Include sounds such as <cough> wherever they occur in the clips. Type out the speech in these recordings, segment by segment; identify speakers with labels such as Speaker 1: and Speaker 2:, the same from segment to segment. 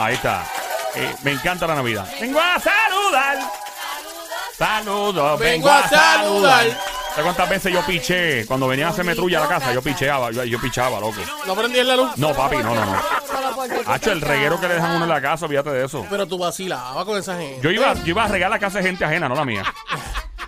Speaker 1: Ahí está. Eh, me encanta la Navidad. Vengo a saludar. Saludos.
Speaker 2: Vengo a saludar.
Speaker 1: ¿Sabes cuántas veces yo piché? Cuando venía a hacerme trulla a la casa, yo picheaba, yo, yo pichaba, loco.
Speaker 2: No prendí la luz.
Speaker 1: No, papi, no, no, no. Hacho, el reguero que le dejan uno en la casa, fíjate de eso.
Speaker 2: Pero tú vacilabas con esa gente.
Speaker 1: Yo iba, yo iba a regar la casa de gente ajena, no la mía.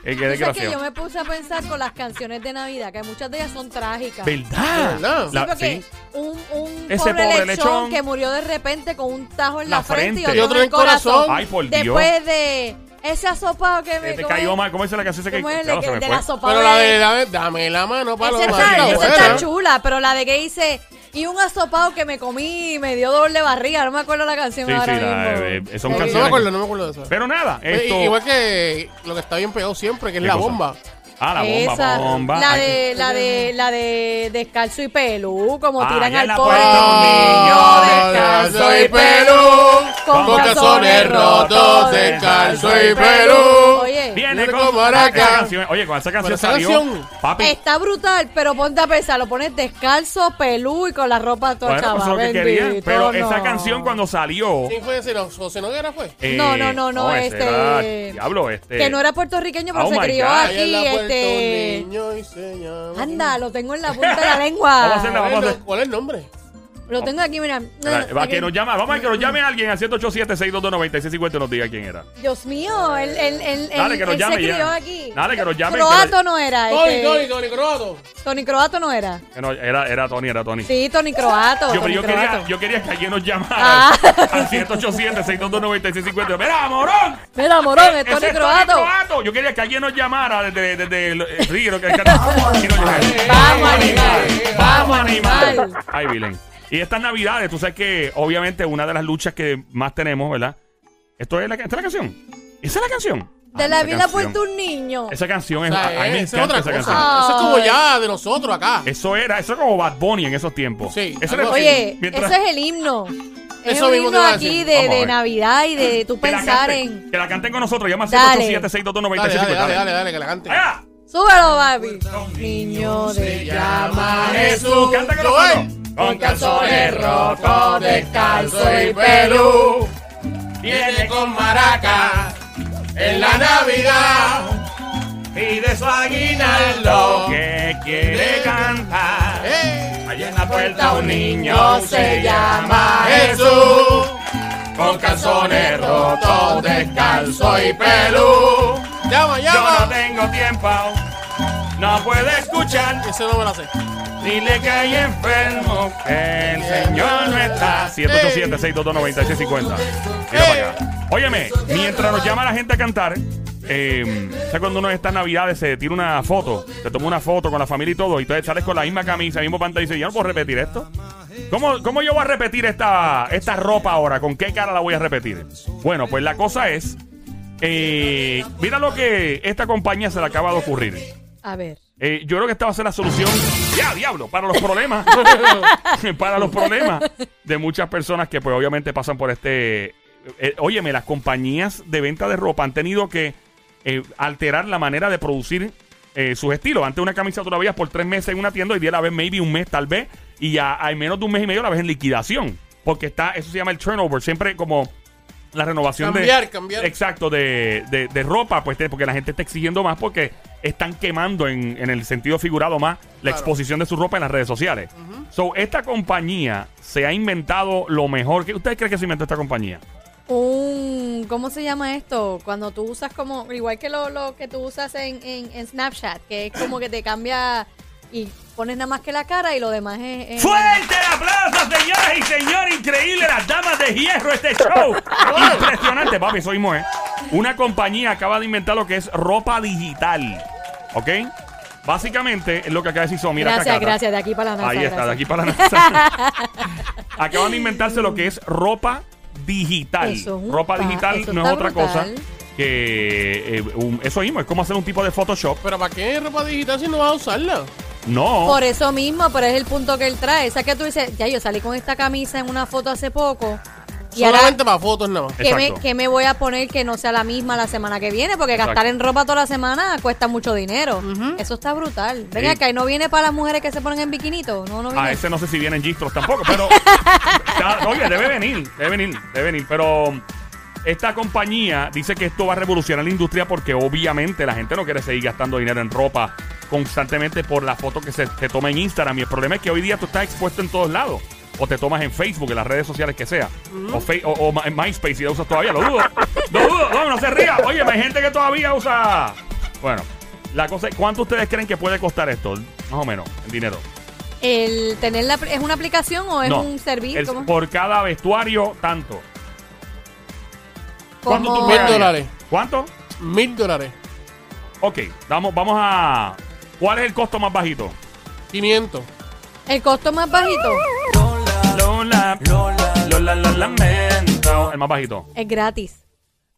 Speaker 1: Eh, qué
Speaker 3: Tú sabes que yo
Speaker 1: desgraciado.
Speaker 3: me puse a pensar con las canciones de Navidad, que muchas de ellas son trágicas.
Speaker 1: ¿Verdad?
Speaker 2: ¿Verdad?
Speaker 3: Sí,
Speaker 1: La-
Speaker 3: porque
Speaker 1: sí.
Speaker 3: un, un
Speaker 1: Ese
Speaker 3: pobre,
Speaker 1: pobre
Speaker 3: lechón,
Speaker 1: lechón
Speaker 3: que murió de repente con un tajo en
Speaker 1: La
Speaker 3: la, frente,
Speaker 1: frente.
Speaker 3: y otro en el corazón.
Speaker 1: Ay, por Dios.
Speaker 3: Después de ese asopado que
Speaker 1: Eh,
Speaker 3: me
Speaker 1: te
Speaker 3: ¿cómo
Speaker 1: cayó
Speaker 3: es?
Speaker 1: mal. ¿Cómo dice la canción? Ese que
Speaker 3: ¿Cómo es?
Speaker 1: Ya lo
Speaker 3: De-
Speaker 1: se me
Speaker 3: de
Speaker 1: fue.
Speaker 3: la sopa
Speaker 2: Pero la de,
Speaker 3: de-
Speaker 2: la de- dame la mano,
Speaker 3: Esa
Speaker 2: paloma.
Speaker 3: está,
Speaker 2: que
Speaker 3: esa
Speaker 2: buena.
Speaker 3: está chula, pero la de que dice y un asopado que me comí y me dio doble barriga. No me acuerdo la canción
Speaker 1: Sí,
Speaker 3: ahora
Speaker 1: sí, la-
Speaker 3: mismo.
Speaker 1: eh, eh, son
Speaker 3: Sí.
Speaker 2: No me
Speaker 1: canciones.
Speaker 2: acuerdo, no me acuerdo de eso.
Speaker 1: Pero nada,
Speaker 2: Eh,
Speaker 1: esto.
Speaker 2: Igual que lo que está bien pegado siempre, que es
Speaker 1: ¿Qué
Speaker 2: la
Speaker 1: cosa?
Speaker 2: bomba.
Speaker 1: Ah, la bomba,
Speaker 3: Esa,
Speaker 1: bomba.
Speaker 3: La
Speaker 1: Ay,
Speaker 3: de, la de, la de descalzo y pelú, como
Speaker 1: Ah,
Speaker 3: tiran
Speaker 1: ya
Speaker 3: al
Speaker 1: la
Speaker 3: pobre.
Speaker 1: puerta, un niño
Speaker 2: descalzo y pelú,
Speaker 3: con calzones rotos,
Speaker 1: descalzo y
Speaker 2: pelú.
Speaker 3: Oye,
Speaker 1: Viene
Speaker 2: Viene
Speaker 1: con,
Speaker 2: con maraca.
Speaker 1: esa canción- Oye, con esa canción
Speaker 2: esa
Speaker 1: salió.
Speaker 2: canción-
Speaker 1: Papi,
Speaker 3: está brutal, pero ponte a pensar, lo pones descalzo, pelú y con la ropa toda
Speaker 1: bueno,
Speaker 3: chaval,
Speaker 1: pues, eso es lo que
Speaker 3: bendito,
Speaker 1: quería. Pero esa
Speaker 3: no.
Speaker 1: canción cuando salió.
Speaker 2: ¿Quién fue ese? No, José Noguera fue.
Speaker 1: eh,
Speaker 3: No, no, no, no,
Speaker 1: ese
Speaker 3: este-
Speaker 1: era- diablo, este.
Speaker 3: Que no era puertorriqueño, pero
Speaker 1: Oh
Speaker 3: se
Speaker 1: my
Speaker 3: crió
Speaker 1: God.
Speaker 3: aquí,
Speaker 2: Allá en la puerta
Speaker 3: este...
Speaker 2: un niño y se llama-
Speaker 3: Anda, lo tengo en la punta
Speaker 1: <laughs>
Speaker 3: de la
Speaker 1: Vamos a hacer la-
Speaker 3: lengua.
Speaker 2: ¿Cuál es el
Speaker 1: vamos a
Speaker 2: no-
Speaker 1: hacer-
Speaker 2: ¿Cuál es el nombre?
Speaker 3: Lo tengo aquí, mira.
Speaker 1: Espera, va, que nos llama, vamos a que nos llame alguien al 787-622-9650 y nos diga quién era.
Speaker 3: Dios mío, él, él, él,
Speaker 1: Dale,
Speaker 3: él-
Speaker 1: que nos
Speaker 3: él
Speaker 1: llame
Speaker 3: se
Speaker 1: ya.
Speaker 3: crió aquí.
Speaker 1: Dale, que nos llame, que
Speaker 3: Croato
Speaker 1: nos-
Speaker 3: no era.
Speaker 2: Tony,
Speaker 3: este,
Speaker 2: Tony, Tony Croato.
Speaker 3: Tony Croato no era.
Speaker 1: Que no, era, era Tony, era Tony.
Speaker 3: Sí, Tony Croato.
Speaker 1: Yo, pero
Speaker 3: Tony
Speaker 1: yo, quería,
Speaker 3: Croato.
Speaker 1: yo quería que alguien nos llamara
Speaker 3: Ah.
Speaker 1: al 787-622-9650. ¡Mira, morón!
Speaker 3: Mira, morón, es
Speaker 1: Eh, ¡Ese
Speaker 3: Tony Croato.
Speaker 1: Yo quería que alguien nos llamara desde, desde el eh, río. Que, que- y nos llamara.
Speaker 2: eh,
Speaker 3: Vamos, animal.
Speaker 1: ¡Vamos, animal!
Speaker 3: animal.
Speaker 1: Ay, Vilén. Y estas navidades, tú sabes que obviamente una de las luchas que más tenemos, ¿verdad? Esto es la, esta es la canción. Esa es la canción.
Speaker 3: De
Speaker 1: Ay,
Speaker 3: la
Speaker 1: esa
Speaker 3: vida
Speaker 1: Ah, canción.
Speaker 3: puesto un niño.
Speaker 1: Esa canción es.
Speaker 2: O sea,
Speaker 1: a- a mí me
Speaker 2: esa es otra
Speaker 1: encanta esa
Speaker 2: cosa.
Speaker 1: canción. Eh,
Speaker 3: Ah.
Speaker 2: Eso estuvo ya de nosotros acá.
Speaker 1: Eso era, eso era como Bad Bunny en esos tiempos.
Speaker 2: Sí,
Speaker 1: Eso
Speaker 2: algo así.
Speaker 3: Oye,
Speaker 1: mientras-
Speaker 3: ese es el himno. Es
Speaker 2: Eso
Speaker 3: un
Speaker 2: mismo te
Speaker 3: himno
Speaker 2: iba a
Speaker 3: aquí
Speaker 2: decir.
Speaker 3: de,
Speaker 1: Vamos a
Speaker 3: de
Speaker 1: ver.
Speaker 3: Navidad y de tú
Speaker 1: que la
Speaker 3: pensar
Speaker 1: canten,
Speaker 3: en.
Speaker 1: Que la canten con nosotros. Llama al
Speaker 3: Dale.
Speaker 1: 787-622-9650.
Speaker 2: Dale, dale, dale, dale,
Speaker 1: pues, Dale.
Speaker 2: dale, que la cante.
Speaker 1: ¡Ah!
Speaker 3: Súbelo, papi. Niño de
Speaker 2: llama
Speaker 1: Jesús, canta con
Speaker 2: Joel.
Speaker 1: nosotros. Con calzones rotos,
Speaker 2: descalzo
Speaker 3: y pelú.
Speaker 2: Viene con maraca en la Navidad.
Speaker 1: Pide su
Speaker 2: aguinaldo.
Speaker 1: Que quiere cantar.
Speaker 2: ¡Eh!
Speaker 1: Allá en la puerta un niño
Speaker 3: No se llama
Speaker 2: Jesús,
Speaker 1: Con calzones rotos, descalzo y pelú.
Speaker 2: pelú. Llama,
Speaker 1: Yo no
Speaker 2: llama.
Speaker 1: tengo tiempo. No puedo escuchar.
Speaker 2: Ese no me la sé.
Speaker 1: Dile que hay enfermo. que El Señor no está. 787 622 Mira para acá. Óyeme, mientras nos llama la gente a cantar. Eh, ¿Sabes cuando uno en estas navidades se tira una foto? Te toma una foto con la familia y todo, y entonces sales con la misma camisa, el mismo pantalón y dices, ¿yo no puedo repetir esto? ¿Cómo, cómo yo voy a repetir esta, esta ropa ahora? ¿Con qué cara la voy a repetir? Bueno, pues la cosa es, eh, mira lo que esta compañía se le acaba de ocurrir.
Speaker 3: A ver.
Speaker 1: Eh, yo creo que esta va a ser la solución, ya diablo, para los problemas, para los problemas de muchas personas que pues obviamente pasan por este... eh, óyeme, las compañías de venta de ropa han tenido que eh, alterar la manera de producir eh, sus estilos. Antes una camisa tú la veías por tres meses en una tienda, hoy día la ves maybe un mes tal vez, y ya al menos de un mes y medio la ves en liquidación. Porque está, eso se llama el turnover, siempre como la renovación de...
Speaker 2: Cambiar, cambiar.
Speaker 1: Exacto, de, de- de ropa, pues te- porque la gente está exigiendo más porque están quemando en, en el sentido figurado más la
Speaker 2: Claro.
Speaker 1: exposición de su ropa en las redes sociales. So, esta compañía se ha inventado lo mejor. ¿Qué ustedes creen que se inventó esta compañía?
Speaker 3: Un. ¿Cómo se llama esto? Cuando tú usas como. Igual que lo, lo que tú usas en, en, en Snapchat, que es como que te cambia y pones nada más que la cara y lo demás es. es-
Speaker 1: Eh. ¡Fuerte el aplauso, señoras y señores! Increíble, las damas de hierro,
Speaker 2: <laughs>
Speaker 1: este show. Impresionante, papi, soy Moe. Una compañía acaba de inventar lo que es ropa digital. ¿Ok? Básicamente, es lo que acaba de decir Somi.
Speaker 3: Gracias, gracias, de aquí para la NASA,
Speaker 1: Ahí está,
Speaker 3: gracias.
Speaker 1: de aquí para
Speaker 3: <laughs>
Speaker 1: la NASA. Acaban de inventarse lo que es ropa digital.
Speaker 3: Eso es un
Speaker 1: ropa
Speaker 3: pa-
Speaker 1: digital
Speaker 3: eso
Speaker 1: no es
Speaker 3: está
Speaker 1: otra cosa
Speaker 3: brutal.
Speaker 1: que eh, un- eso mismo, es como hacer un tipo de Photoshop.
Speaker 2: Pero ¿para qué ropa digital si no vas a usarla?
Speaker 1: No.
Speaker 3: Por eso mismo, pero es el punto que él trae. Esa que tú dices, ya yo salí con esta camisa en una foto hace poco, Y ahora-
Speaker 2: Solamente para fotos nada más.
Speaker 3: ¿Qué me,
Speaker 1: Exacto.
Speaker 3: qué me voy a poner que no sea la misma la semana que viene? Porque
Speaker 1: Exacto.
Speaker 3: gastar en ropa toda la semana cuesta mucho dinero. Eso está brutal. Ven
Speaker 1: Sí.
Speaker 3: acá, ¿y no viene para las mujeres que se ponen en biquinito? No, no viene.
Speaker 1: A Ah, ese no sé si vienen gistros tampoco, pero. Está- oye, debe venir, debe venir, debe venir. Pero um, esta compañía dice que esto va a revolucionar la industria porque obviamente la gente no quiere seguir gastando dinero en ropa constantemente por la foto que se, se toma en Instagram. Y el problema es que hoy día tú estás expuesto en todos lados. O te tomas en Facebook, en las redes sociales que sea. O Fe- o, o Ma- en MySpace si la usas todavía, lo dudo. lo dudo, no, no se ría. Oye, hay gente que todavía usa. Bueno, la cosa es, ¿cuánto ustedes creen que puede costar esto? Más o menos, en dinero.
Speaker 3: ¿El tener la, ¿Es una aplicación o es
Speaker 1: No.
Speaker 3: un
Speaker 1: El-
Speaker 3: servicio?
Speaker 1: por cada vestuario, tanto. ¿Cuánto tú
Speaker 3: Como-
Speaker 2: Mil
Speaker 1: pagarías?
Speaker 2: dólares.
Speaker 1: ¿Cuánto?
Speaker 2: Mil dólares.
Speaker 1: Ok, vamos, vamos a. ¿Cuál es el costo más bajito?
Speaker 2: 500.
Speaker 3: ¿El costo más bajito?
Speaker 1: Lola, Lola, Lola, lamento. El más bajito.
Speaker 3: Es gratis.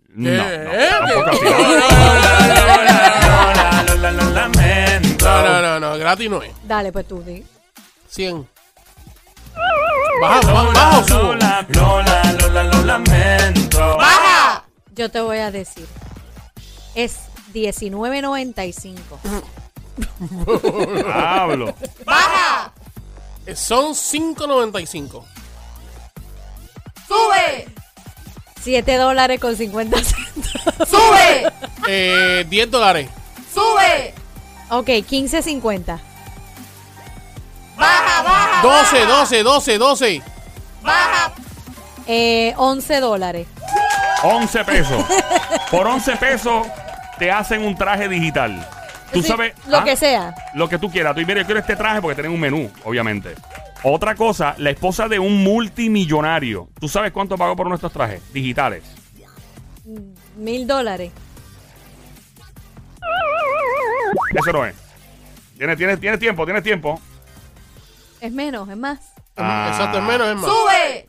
Speaker 1: No, no,
Speaker 2: ¿Qué? ¿Eh? <laughs>
Speaker 1: tampoco así. Lola, Lola, Lola, lamento.
Speaker 2: No, no, no, no, gratis no es.
Speaker 3: Dale, pues tú, di.
Speaker 2: 100. Baja, baja, baja o subo.
Speaker 1: Lola, Lola, Lola, Lola, lamento.
Speaker 2: ¡Baja!
Speaker 3: Yo te voy a decir. Es 19.95.
Speaker 1: Hablo.
Speaker 2: Eh, Son 5.95.
Speaker 3: ¡Sube! 7 dólares con 50 centavos.
Speaker 2: ¡Sube! Eh, 10 dólares.
Speaker 3: ¡Sube! Ok, 15.50.
Speaker 2: 12, 12, 12, 12.
Speaker 3: Eh, 11 dólares.
Speaker 1: 11 pesos. Por 11 pesos te hacen un traje digital. Tú
Speaker 3: Sí,
Speaker 1: sabes.
Speaker 3: Lo
Speaker 1: ah,
Speaker 3: que sea.
Speaker 1: Lo que tú quieras. Tú, mira, yo quiero este traje porque tienen un menú, obviamente. Otra cosa, la esposa de un multimillonario. ¿Tú sabes cuánto pagó por nuestros trajes digitales?
Speaker 3: Mil dólares.
Speaker 1: Eso no es. Tienes, tienes, tienes tiempo, tienes tiempo.
Speaker 3: Es menos, es más.
Speaker 1: Ah.
Speaker 2: Exacto, es menos, es más.
Speaker 3: ¡Sube!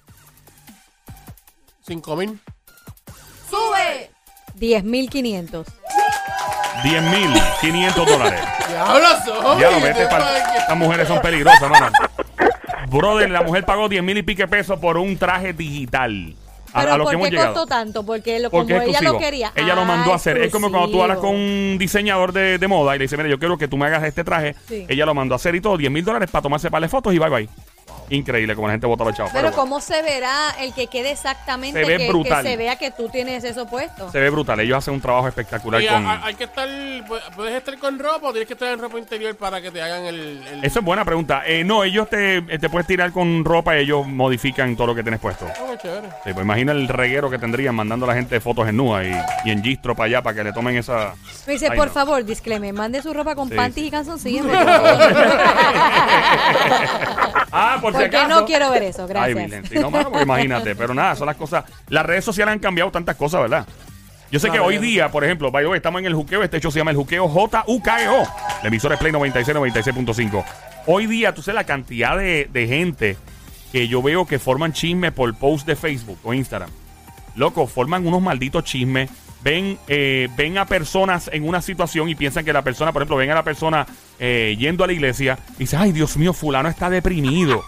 Speaker 2: 5 mil.
Speaker 3: ¡Sube! 10.500.
Speaker 1: 10.500
Speaker 3: <laughs>
Speaker 1: dólares.
Speaker 2: Diablo, son.
Speaker 1: Ya lo vete pa'l- Estas mujeres son peligrosas, mano. Brother, la mujer pagó 10.000 y pique pesos por un traje digital. A,
Speaker 3: Pero
Speaker 1: a lo
Speaker 3: ¿por
Speaker 1: que hemos
Speaker 3: qué
Speaker 1: llegado.
Speaker 3: costó tanto? Porque, lo,
Speaker 1: Porque
Speaker 3: como
Speaker 1: es
Speaker 3: ella
Speaker 1: exclusivo.
Speaker 3: lo quería.
Speaker 1: Ella lo
Speaker 3: Ah,
Speaker 1: mandó a hacer. Es como cuando tú hablas con
Speaker 3: exclusivo.
Speaker 1: un diseñador de, de moda y le dice, mira, yo quiero que tú me hagas este traje.
Speaker 3: Sí.
Speaker 1: Ella lo mandó a hacer y todo, 10 mil dólares para tomarse par de fotos y bye bye. Increíble como la gente vota los chavos.
Speaker 3: Pero
Speaker 1: pero bueno,
Speaker 3: ¿cómo se verá el que quede exactamente?
Speaker 1: Se ve
Speaker 3: que, que
Speaker 1: brutal.
Speaker 3: se vea que tú tienes eso puesto.
Speaker 1: se ve brutal. Ellos hacen un trabajo espectacular
Speaker 2: Y a-
Speaker 1: con...
Speaker 2: a- hay que estar. Puedes estar con ropa o tienes que estar en ropa interior para que te hagan el. el-
Speaker 1: Esa es buena pregunta. Eh, no, ellos te, eh, te puedes tirar con ropa, ellos modifican todo lo que tienes puesto.
Speaker 2: Ah, qué chévere.
Speaker 1: Sí, pues imagina el reguero que tendrían mandando a la gente fotos en nua y, y en gistro para allá para que le tomen esa...
Speaker 3: Me dice,
Speaker 1: Ay,
Speaker 3: por
Speaker 1: no.
Speaker 3: favor, disclaimer, mande su ropa con
Speaker 1: Sí,
Speaker 3: panties
Speaker 1: sí.
Speaker 3: y calzoncillos. por favor.
Speaker 1: <laughs> ah, por si
Speaker 3: Porque
Speaker 1: acaso.
Speaker 3: no quiero ver eso,
Speaker 1: Ay,
Speaker 3: gracias.
Speaker 1: Virgen, sí, no, mano, porque imagínate. Pero nada, son las cosas. Las redes sociales han cambiado tantas cosas, ¿verdad? Yo sé que hoy día, por ejemplo, by the way, estamos en el juqueo. Este hecho se llama el juqueo J-U-K-E-O. E La emisora es Play 96, 96.5. Hoy día, tú sabes la cantidad de, de gente que yo veo que forman chismes por post de Facebook o Instagram. Loco, forman unos malditos chismes. Ven, eh, ven a personas en una situación y piensan que la persona, por ejemplo, ven a la persona eh, yendo a la iglesia y dice, ay Dios mío, fulano está deprimido.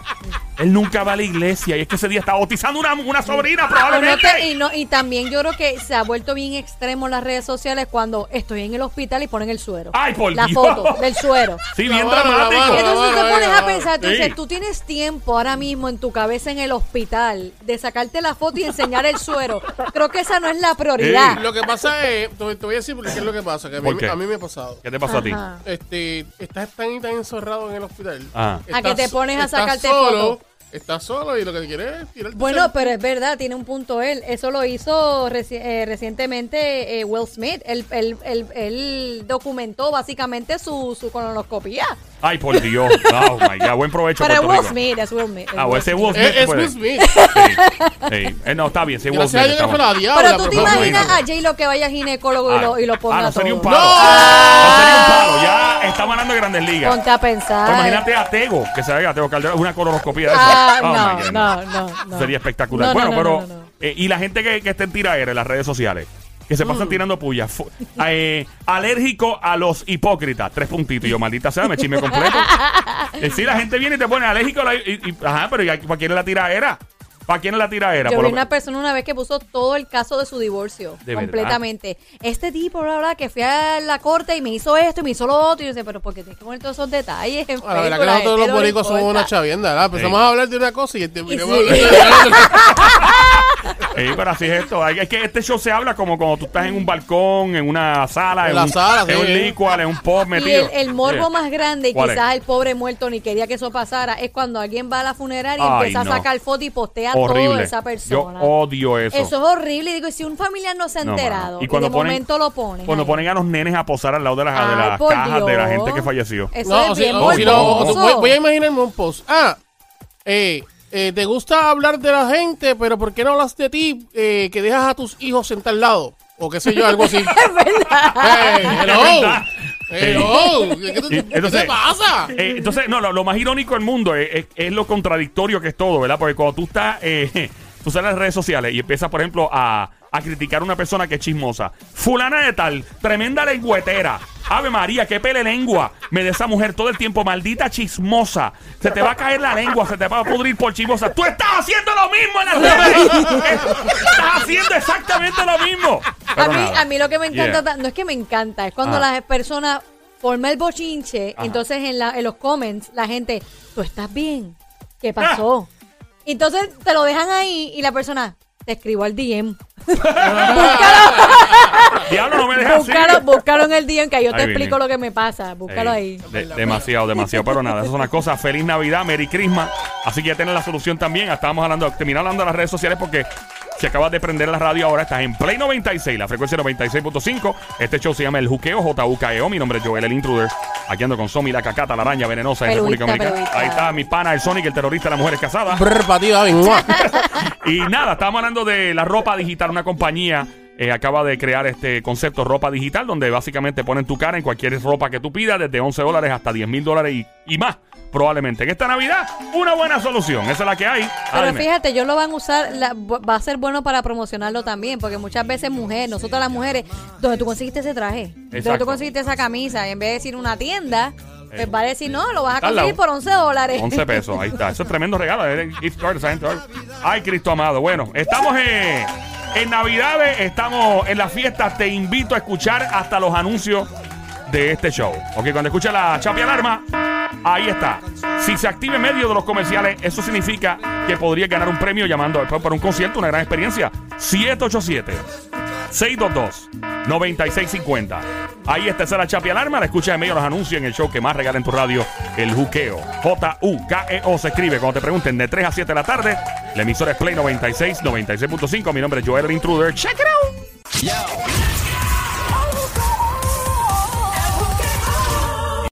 Speaker 1: Él nunca va a la iglesia y es que ese día está bautizando una, una sobrina
Speaker 3: O no
Speaker 1: probablemente.
Speaker 3: Ah, te- y, no- y también yo creo que se ha vuelto bien extremo las redes sociales cuando estoy en el hospital y ponen el suero.
Speaker 1: Ay, por
Speaker 3: La
Speaker 1: Dios.
Speaker 3: foto del suero.
Speaker 1: <laughs> Sí, bien
Speaker 2: La mano, la
Speaker 1: dramático.
Speaker 2: mano.
Speaker 3: Entonces tú
Speaker 2: bueno,
Speaker 3: te pones
Speaker 2: bueno,
Speaker 3: a pensar, tú
Speaker 1: sí.
Speaker 3: dices, tú tienes tiempo ahora mismo en tu cabeza en el hospital de sacarte la foto y enseñar el suero. Creo que esa no es la prioridad.
Speaker 2: Lo que pasa es. Te, te voy a decir por qué es lo que pasa. Que a mí,
Speaker 1: ¿Por
Speaker 2: me-
Speaker 1: qué?
Speaker 2: a mí me ha pasado.
Speaker 1: ¿Qué te pasó a
Speaker 3: Ajá.
Speaker 1: ti?
Speaker 2: Este, estás tan y tan encerrado en el hospital.
Speaker 1: Ajá.
Speaker 3: A que te pones a
Speaker 2: estás
Speaker 3: sacarte
Speaker 2: solo,
Speaker 3: fotos.
Speaker 2: Estás solo y lo que quieres es tirarte.
Speaker 3: Bueno,
Speaker 2: selfie.
Speaker 3: pero es verdad, tiene un punto él. Eso lo hizo reci- eh, recientemente eh, Will Smith. Él, él- él- él documentó básicamente su, su colonoscopía.
Speaker 1: Ay, por Dios. Oh my God. Buen provecho,
Speaker 3: Pero es
Speaker 1: Puerto
Speaker 3: Will
Speaker 1: Rico.
Speaker 3: Smith, es Will Smith. es
Speaker 1: Ah, o
Speaker 3: Will
Speaker 1: ese
Speaker 3: Smith.
Speaker 1: Will Smith.
Speaker 2: Eh, Es, es
Speaker 1: puede.
Speaker 2: Will Smith.
Speaker 1: Sí, sí. Eh, no, está bien, sí, Will
Speaker 2: Gracias a
Speaker 1: Smith.
Speaker 2: Dios que fue
Speaker 1: está bueno.
Speaker 2: la diabla.
Speaker 3: Pero tú te
Speaker 1: pero
Speaker 2: por favor.
Speaker 3: imaginas a J-Lo que vaya a ginecólogo y, lo, y lo ponga
Speaker 1: ah, no sería un
Speaker 3: todo.
Speaker 1: palo.
Speaker 2: ¡No!
Speaker 1: Ah, no sería un palo. Ya está ganando en grandes ligas.
Speaker 3: Ponte a pensar.
Speaker 1: Pero imagínate a Tego, que se vea a Tego Calderón, una colonoscopía de eso.
Speaker 3: Ah,
Speaker 1: Oh, my God,
Speaker 3: no, no, no, no.
Speaker 1: Sería espectacular.
Speaker 3: No, no,
Speaker 1: bueno,
Speaker 3: no,
Speaker 1: pero.
Speaker 3: no, no, no.
Speaker 1: eh, y la gente que, que está en tiraera en las redes sociales, que se
Speaker 3: Mm.
Speaker 1: pasan tirando pullas. Fu- eh, alérgico a los hipócritas. Tres puntitos. Y yo, maldita sea, me chisme
Speaker 3: <laughs>
Speaker 1: completo. Eh, sí, la gente viene y te pone alérgico. a la- y- y- ajá, pero ¿y a- ¿para quién es la tiraera? ¿Para quién es la tiraera?
Speaker 3: Yo
Speaker 1: Por
Speaker 3: vi
Speaker 1: lo
Speaker 3: una
Speaker 1: menos.
Speaker 3: persona una vez que puso todo el caso de su divorcio.
Speaker 1: ¿De
Speaker 3: completamente. Este tipo, bla, bla, que fui a la corte y me hizo esto y me hizo lo otro. Y yo decía, pero ¿por qué tienes que poner todos esos detalles? en
Speaker 2: Ah, La verdad que
Speaker 3: Facebook? La
Speaker 2: nosotros
Speaker 3: gente
Speaker 2: los
Speaker 3: este, no le
Speaker 2: boricos somos
Speaker 3: importa.
Speaker 2: una chavienda, ¿verdad? Empezamos
Speaker 1: Sí.
Speaker 2: a hablar de una cosa y este, terminamos
Speaker 3: sí.
Speaker 2: hablando de la otra.
Speaker 1: Sí, pero así es esto. Hay- Es que este show se habla como cuando tú estás en un balcón, en una sala,
Speaker 2: En
Speaker 1: en,
Speaker 2: la
Speaker 1: un,
Speaker 2: sala,
Speaker 1: en
Speaker 2: sí.
Speaker 1: un licual, en un pop metido.
Speaker 3: Y el, el morbo
Speaker 1: Yeah.
Speaker 3: más grande, y
Speaker 1: ¿Cuál es?
Speaker 3: quizás el pobre muerto ni quería que eso pasara, es cuando alguien va a la funeraria y
Speaker 1: Ay,
Speaker 3: empieza
Speaker 1: no.
Speaker 3: a sacar foto y postea todo
Speaker 1: horrible.
Speaker 3: de esa persona.
Speaker 1: Yo odio eso.
Speaker 3: eso es horrible. Y digo, y si un familiar no se ha
Speaker 1: No, mano.
Speaker 3: enterado, y, de
Speaker 1: ponen-
Speaker 3: momento lo ponen.
Speaker 1: Cuando
Speaker 3: ahí.
Speaker 1: ponen a los nenes a posar al lado de las, de
Speaker 3: Ay,
Speaker 1: las
Speaker 3: por
Speaker 1: cajas de la
Speaker 3: Dios.
Speaker 1: gente que falleció.
Speaker 3: Eso
Speaker 2: No,
Speaker 3: es
Speaker 2: o si-
Speaker 3: bien
Speaker 2: o si no, o tú-
Speaker 3: morboso.
Speaker 2: voy, voy a imaginarme un post. Ah, eh, eh, te gusta hablar de la gente, pero ¿por qué no hablas de ti eh, que dejas a tus hijos en tal lado? O qué sé yo, algo así.
Speaker 3: <laughs> Es verdad.
Speaker 2: Hey, hello.
Speaker 1: verdad.
Speaker 2: Hello. ¿Qué, qué- qué
Speaker 1: Entonces-
Speaker 2: te pasa?
Speaker 1: Eh, entonces, no, lo, lo más irónico del mundo es, es- es lo contradictorio que es todo, ¿verdad? Porque cuando tú estás, eh, <laughs> tú sales a las redes sociales y empiezas, por ejemplo, a, a criticar a una persona que es chismosa. Fulana de tal, tremenda lengüetera. Ave María, qué pele lengua me de esa mujer todo el tiempo, maldita chismosa. Se te va a caer la lengua, se te va a pudrir por chismosa. Tú estás haciendo lo mismo en las redes. estás haciendo exactamente lo mismo.
Speaker 3: A
Speaker 1: Pero
Speaker 3: mí,
Speaker 1: nada.
Speaker 3: a mí lo que me encanta,
Speaker 1: Yeah. Ah.
Speaker 3: ta- no es que me encanta, es cuando
Speaker 1: Ajá.
Speaker 3: las personas forman el bochinche, entonces en, la, en los comments la gente, tú estás bien,
Speaker 1: Ah.
Speaker 3: ¿qué pasó? Entonces te lo dejan ahí y la persona, te escribo al DM.
Speaker 1: Diablo, no me dejas así.
Speaker 3: Búscalo, búscalo en el DM, que yo te
Speaker 1: Ah, <laughs> Ahí
Speaker 3: explico
Speaker 1: viene.
Speaker 3: lo que me pasa, búscalo ahí.
Speaker 1: Ey, de- demasiado, demasiado. Pero nada, esas son las cosas. Feliz Navidad, Merry Christmas. Así que ya tienen la solución también. Ah, Estábamos hablando, terminar hablando de las redes sociales porque si acabas de prender la radio ahora, estás en Play 96, la frecuencia 96.5. Este show se llama El Juqueo, J.U.K.E.O. E Mi nombre es Joel, el intruder. Aquí ando con Somi, la cacata, la araña venenosa en
Speaker 3: Peluita,
Speaker 1: República Dominicana.
Speaker 3: peluita.
Speaker 1: Ahí está mi pana, el Sonic, el terrorista, la mujer es casada.
Speaker 2: Brr, pa' ti, David, <laughs> mua.
Speaker 1: Y nada, estamos hablando de la ropa digital, una compañía. eh, acaba de crear este concepto ropa digital donde básicamente ponen tu cara en cualquier ropa que tú pidas desde 11 dólares hasta 10 mil dólares y, y más probablemente en esta navidad una buena solución esa es la que hay Ah,
Speaker 3: Pero
Speaker 1: dime.
Speaker 3: fíjate, ellos lo van a usar, la- va a ser bueno para promocionarlo también, porque muchas veces mujeres, nosotras las mujeres, donde tú conseguiste ese traje, donde
Speaker 1: Exacto.
Speaker 3: tú conseguiste esa camisa, en vez de decir una tienda,
Speaker 1: Eh.
Speaker 3: pues va a decir, no, lo vas a
Speaker 1: Al lado.
Speaker 3: conseguir por 11 dólares.
Speaker 1: 11 pesos
Speaker 3: <laughs>
Speaker 1: ahí está eso es tremendo regalo eh, gift card, esa gente, ay. ay Cristo amado bueno estamos eh, en navidades estamos en las fiestas te invito a escuchar hasta los anuncios de este show ok cuando escucha la chapi alarma Ahí está. Si se activa en medio de los comerciales, eso significa que podrías ganar un premio llamando después para un concierto, una gran experiencia. 787-622-9650. Ahí está esa es la Chapi Alarma. La escucha en medio de los anuncios en el show que más regala en tu radio, el Juqueo. J-U-K-E-O E se escribe. Cuando te pregunten de 3 a 7 de la tarde, la emisora es Play 96, 96.5. Mi nombre es Joel el Intruder. Check it out.